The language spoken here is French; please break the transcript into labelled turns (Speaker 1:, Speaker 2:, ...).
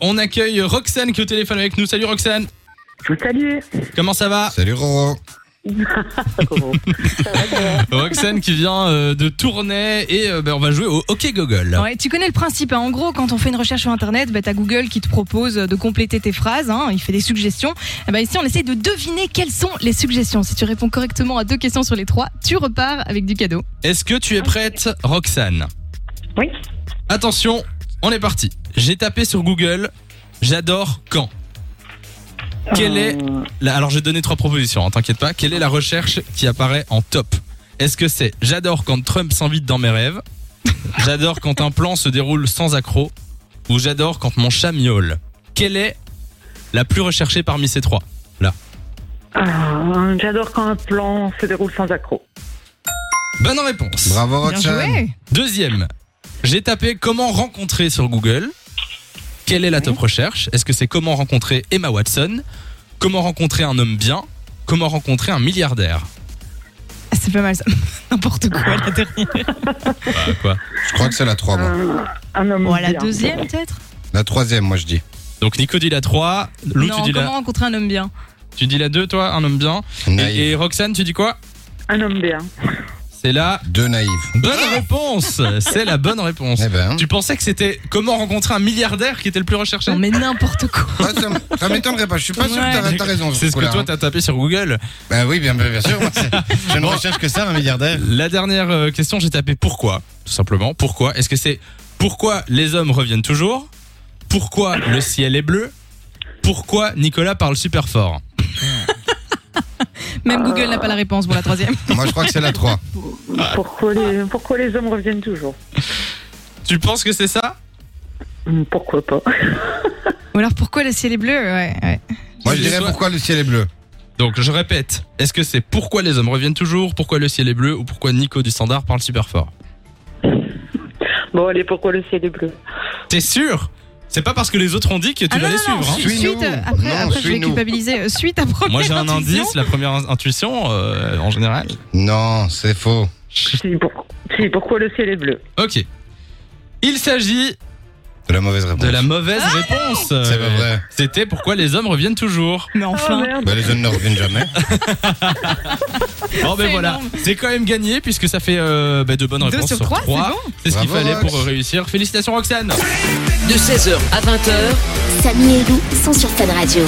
Speaker 1: on accueille Roxane qui est au téléphone avec nous. Salut Roxane,
Speaker 2: Salut
Speaker 1: comment ça va
Speaker 3: Salut Roro.
Speaker 2: Ça va, ça va.
Speaker 1: Roxane qui vient euh, de Tournai et euh, ben, on va jouer au Hockey Google.
Speaker 4: Ouais, tu connais le principe. hein. En gros, quand on fait une recherche sur Internet, bah, t'as Google qui te propose euh, de compléter tes phrases. hein, Il fait des suggestions. Eh ben, ici, on essaie de deviner quelles sont les suggestions. Si tu réponds correctement à deux questions sur les trois, tu repars avec du cadeau.
Speaker 1: Est-ce que tu es prête Roxane
Speaker 2: Oui.
Speaker 1: Attention, on est parti. J'ai tapé sur Google, j'adore quand Quel est-
Speaker 2: Euh,
Speaker 1: Là, alors j'ai donné trois propositions, hein, t'inquiète pas. Quelle est la recherche qui apparaît en top Est-ce que c'est j'adore quand Trump s'invite dans mes rêves J'adore quand un plan se déroule sans accroc Ou j'adore quand mon chat miaule Quelle est la plus recherchée parmi ces trois
Speaker 2: euh, J'adore quand un plan se déroule sans accroc.
Speaker 1: Bonne réponse.
Speaker 3: Bravo
Speaker 4: Bien
Speaker 3: Roxane.
Speaker 4: joué.
Speaker 1: Deuxième, j'ai tapé comment rencontrer sur Google. Quelle est la top recherche Est-ce que c'est comment rencontrer Emma Watson Comment rencontrer un homme bien Comment rencontrer un milliardaire
Speaker 4: Ah, C'est pas mal ça. N'importe quoi la dernière.
Speaker 1: Bah, quoi
Speaker 3: Je crois que c'est la 3 moi.
Speaker 2: Un, Euh, un homme
Speaker 4: Bon, à la
Speaker 2: bien.
Speaker 4: deuxième peut-être.
Speaker 3: La troisième moi je dis.
Speaker 1: Donc Nico dit la 3, Lou
Speaker 4: Non,
Speaker 1: tu dis
Speaker 4: comment
Speaker 1: la
Speaker 4: rencontrer un homme bien
Speaker 1: tu dis la 2 toi, un homme bien. Et,
Speaker 3: Naïve.
Speaker 1: et Roxane tu dis quoi
Speaker 2: Un homme bien.
Speaker 1: C'est la
Speaker 3: Deux naïves.
Speaker 1: bonne réponse. C'est la bonne réponse.
Speaker 3: Ah Eh ben.
Speaker 1: Tu pensais que c'était comment rencontrer un milliardaire qui était le plus recherché
Speaker 4: Non, mais n'importe quoi.
Speaker 3: Ouais, ça m- ça m'étonnerait pas. Je suis pas sûr que t'as-
Speaker 1: Ouais.
Speaker 3: Ah, t'as raison.
Speaker 1: C'est ce que
Speaker 3: Nicolas,
Speaker 1: toi
Speaker 3: hein.
Speaker 1: t'as tapé sur Google.
Speaker 3: Bah oui, bien, bien bien sûr. moi, c'est- Je ne recherche que ça, un milliardaire.
Speaker 1: La dernière euh, question, j'ai tapé pourquoi, tout simplement. Pourquoi Est-ce que c'est pourquoi les hommes reviennent toujours Pourquoi le ciel est bleu Pourquoi Nicolas parle super fort
Speaker 3: Ah.
Speaker 4: Même Google n'a pas la réponse pour la troisième.
Speaker 3: Moi, je crois que c'est la 3.
Speaker 1: Ah.
Speaker 2: Pourquoi les, pourquoi les hommes reviennent toujours
Speaker 1: Tu penses que c'est ça
Speaker 2: Hum, Pourquoi pas
Speaker 4: Ou alors pourquoi le ciel est bleu Ouais, ouais.
Speaker 3: Moi, je dirais
Speaker 1: Soit-
Speaker 3: pourquoi le ciel est bleu.
Speaker 1: Donc je répète, est-ce que c'est pourquoi les hommes reviennent toujours Pourquoi le ciel est bleu Ou pourquoi Nico du standard parle super fort
Speaker 2: Bon, allez, pourquoi le ciel est bleu
Speaker 1: T'es sûr C'est pas parce que les autres ont dit que tu
Speaker 4: Ah
Speaker 1: vas
Speaker 4: non,
Speaker 1: les
Speaker 4: non, non,
Speaker 1: suivre. hein.
Speaker 4: su-
Speaker 3: Suis-nous.
Speaker 4: suite, euh, après,
Speaker 3: Non,
Speaker 4: après je vais
Speaker 3: suis-nous.
Speaker 4: culpabiliser. Euh, Suite à première
Speaker 1: Moi j'ai un
Speaker 4: intuition.
Speaker 1: indice, la première in- intuition euh, en général.
Speaker 3: Non, c'est faux.
Speaker 2: si, pour- si, pourquoi le ciel est bleu
Speaker 1: Ok. Il s'agit
Speaker 3: De la mauvaise réponse.
Speaker 1: de la
Speaker 4: Ah
Speaker 1: mauvaise réponse.
Speaker 3: C'est pas vrai.
Speaker 1: C'était pourquoi les hommes reviennent toujours.
Speaker 4: Mais
Speaker 2: Ah,
Speaker 4: enfin.
Speaker 2: merde.
Speaker 3: Bah, les hommes ne reviennent jamais.
Speaker 1: Bon ben
Speaker 4: C'est
Speaker 1: voilà,
Speaker 4: énorme.
Speaker 1: c'est quand même gagné puisque ça fait euh, ben, de bonnes
Speaker 4: Deux
Speaker 1: réponses
Speaker 4: sur trois, c'est
Speaker 1: trois.
Speaker 4: bon.
Speaker 1: C'est ce qu'il
Speaker 3: Bravo,
Speaker 1: fallait
Speaker 3: Rox.
Speaker 1: pour réussir. Félicitations Roxane.
Speaker 5: De 16h à 20h,
Speaker 6: Samy et Lou sont sur Fan Radio.